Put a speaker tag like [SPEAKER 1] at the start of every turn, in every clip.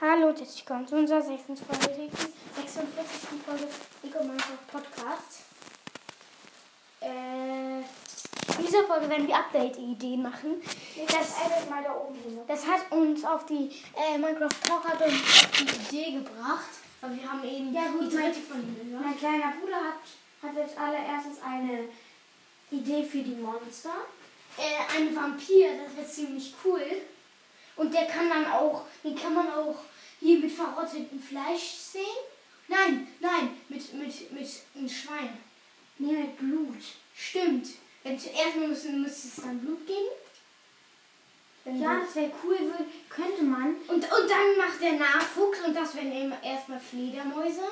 [SPEAKER 1] Hallo und herzlich willkommen zu unserer 46. 46. Folge Nico Minecraft Podcast. Äh, in dieser Folge werden wir Update-Ideen machen.
[SPEAKER 2] Ich das einfach mal da oben hin.
[SPEAKER 1] Das hat uns auf die äh, Minecraft Talk hat uns auf die Idee gebracht. Aber wir haben eben
[SPEAKER 2] Ja, gut,
[SPEAKER 1] die
[SPEAKER 2] mein-
[SPEAKER 1] dritte von ihm gehört.
[SPEAKER 2] Mein kleiner Bruder hat, hat als allererstes eine Idee für die Monster.
[SPEAKER 1] Äh, ein Vampir, das wird ziemlich cool. Und der kann dann auch, den kann man auch hier mit verrottetem Fleisch sehen. Nein, nein, mit, mit, mit einem Schwein.
[SPEAKER 2] Nee, mit Blut.
[SPEAKER 1] Stimmt. Wenn zuerst müssen, müsste es dann Blut geben. Wenn
[SPEAKER 2] Ja,
[SPEAKER 1] Blut-
[SPEAKER 2] das wäre cool, wür- könnte man.
[SPEAKER 1] Und, und dann macht der Nachwuchs und das werden eben erstmal Fledermäuse.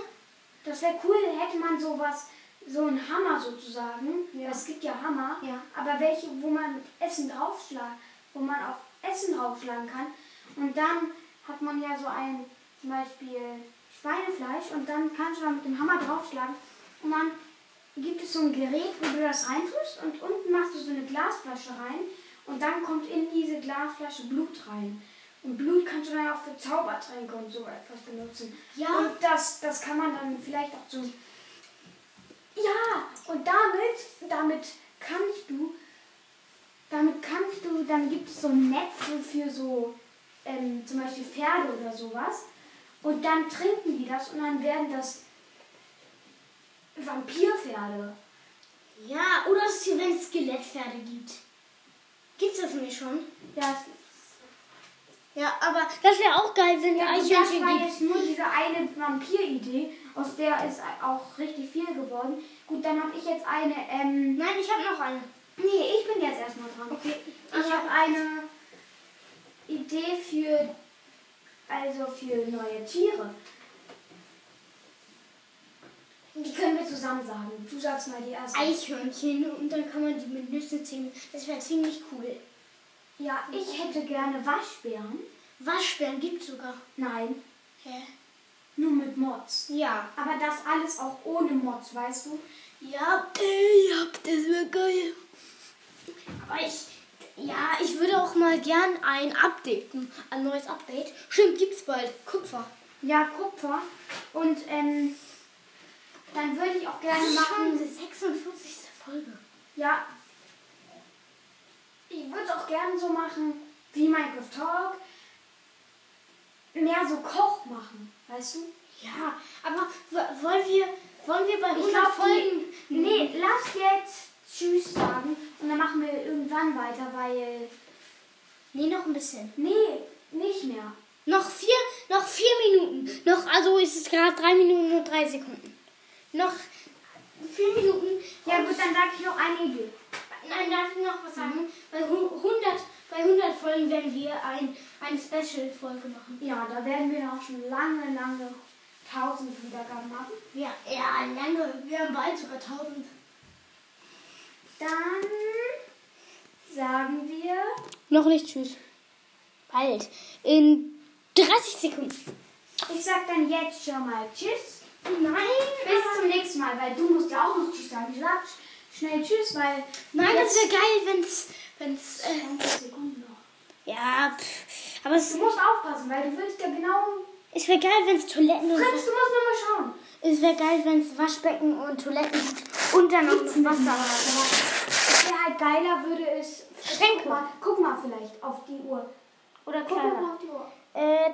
[SPEAKER 2] Das wäre cool, hätte man sowas, so einen Hammer sozusagen.
[SPEAKER 1] Ja.
[SPEAKER 2] Es gibt ja Hammer,
[SPEAKER 1] Ja.
[SPEAKER 2] aber welche, wo man mit Essen draufschlagen, wo man auf Essen draufschlagen kann. Und dann hat man ja so ein, zum Beispiel Schweinefleisch und dann kannst du mal mit dem Hammer draufschlagen. Und dann gibt es so ein Gerät, wo du das reintust und unten machst du so eine Glasflasche rein und dann kommt in diese Glasflasche Blut rein. Und Blut kannst du dann auch für Zaubertränke und so etwas benutzen.
[SPEAKER 1] Ja.
[SPEAKER 2] Und das, das kann man dann vielleicht auch so. Ja, und damit, damit kannst du, damit kannst du, dann gibt es so Netze für so, ähm, zum Beispiel Pferde oder sowas. Und dann trinken die das und dann werden das Vampirpferde.
[SPEAKER 1] Ja, oder es ist hier, wenn es Skelettpferde gibt. Gibt es das nicht schon?
[SPEAKER 2] Ja,
[SPEAKER 1] Ja, aber das wäre auch geil, wenn
[SPEAKER 2] Ja, und das
[SPEAKER 1] Eichhörnchen
[SPEAKER 2] war
[SPEAKER 1] gibt.
[SPEAKER 2] jetzt nur diese eine Vampiridee, aus der ist auch richtig viel geworden. Gut, dann habe ich jetzt eine. Ähm,
[SPEAKER 1] Nein, ich habe noch eine.
[SPEAKER 2] nee, ich bin jetzt erstmal dran.
[SPEAKER 1] Okay.
[SPEAKER 2] Ich habe eine Idee für. Also für neue Tiere. Die können wir zusammen sagen. Du sagst mal die erste.
[SPEAKER 1] Ah, Eichhörnchen und dann kann man die mit Nüssen ziehen. Das wäre ziemlich cool.
[SPEAKER 2] Ja, ich hätte gerne Waschbären.
[SPEAKER 1] Waschbären gibt es sogar.
[SPEAKER 2] Nein,
[SPEAKER 1] Hä?
[SPEAKER 2] nur mit Mods.
[SPEAKER 1] Ja.
[SPEAKER 2] Aber das alles auch ohne Mods, weißt du?
[SPEAKER 1] Ja, ey, hab das wäre geil. Aber ich, ja, ich würde auch mal gern ein Update, ein neues Update. Stimmt, gibt's bald. Kupfer.
[SPEAKER 2] Ja, Kupfer. Und ähm, dann würde ich auch gerne machen.
[SPEAKER 1] die 46. Folge.
[SPEAKER 2] Ja. Ich würde es auch gerne so machen wie Minecraft Talk. Mehr so Koch machen, weißt du?
[SPEAKER 1] Ja, aber w- wollen wir, wollen wir bei 100
[SPEAKER 2] glaub,
[SPEAKER 1] Folgen...
[SPEAKER 2] die- Mhm. Nee, lass jetzt Tschüss sagen und dann machen wir irgendwann weiter, weil.
[SPEAKER 1] Nee, noch ein bisschen.
[SPEAKER 2] Nee, nicht mehr.
[SPEAKER 1] Noch vier, noch vier Minuten. Noch, also ist es gerade drei Minuten und drei Sekunden. Noch vier Minuten.
[SPEAKER 2] Ja,
[SPEAKER 1] und-
[SPEAKER 2] gut, dann sage ich noch eine Idee.
[SPEAKER 1] Nein, darf ich noch was sagen? Bei, hu- 100, bei 100 Folgen werden wir ein, eine Special-Folge machen.
[SPEAKER 2] Ja, da werden wir noch schon lange, lange 1000 Wiedergaben machen.
[SPEAKER 1] Ja, ja, lange. Wir haben bald sogar 1000.
[SPEAKER 2] Dann sagen wir
[SPEAKER 1] Noch nicht, tschüss. Bald. In 30 Sekunden.
[SPEAKER 2] Ich sag dann jetzt schon mal Tschüss.
[SPEAKER 1] Nein.
[SPEAKER 2] Bis zum nächsten Mal, weil du musst ja auch noch Tschüss sagen. Ich sag sch- schnell Tschüss, weil
[SPEAKER 1] Nein, das wäre geil, wenn's, wenn's, äh,
[SPEAKER 2] 20 Sekunden noch.
[SPEAKER 1] ja, pff, aber es,
[SPEAKER 2] Du musst aufpassen, weil du willst ja genau.
[SPEAKER 1] es wäre geil, wenn's Toiletten und,
[SPEAKER 2] Fritz, du musst nochmal schauen.
[SPEAKER 1] es wäre geil, wenn's Waschbecken und Toiletten gibt und dann noch das Wasser.
[SPEAKER 2] Es wäre halt geiler, würde es.
[SPEAKER 1] Schränke.
[SPEAKER 2] Guck mal, guck mal vielleicht auf die Uhr.
[SPEAKER 1] Oder
[SPEAKER 2] Guck mal
[SPEAKER 1] kleiner.
[SPEAKER 2] auf die Uhr.
[SPEAKER 1] Äh,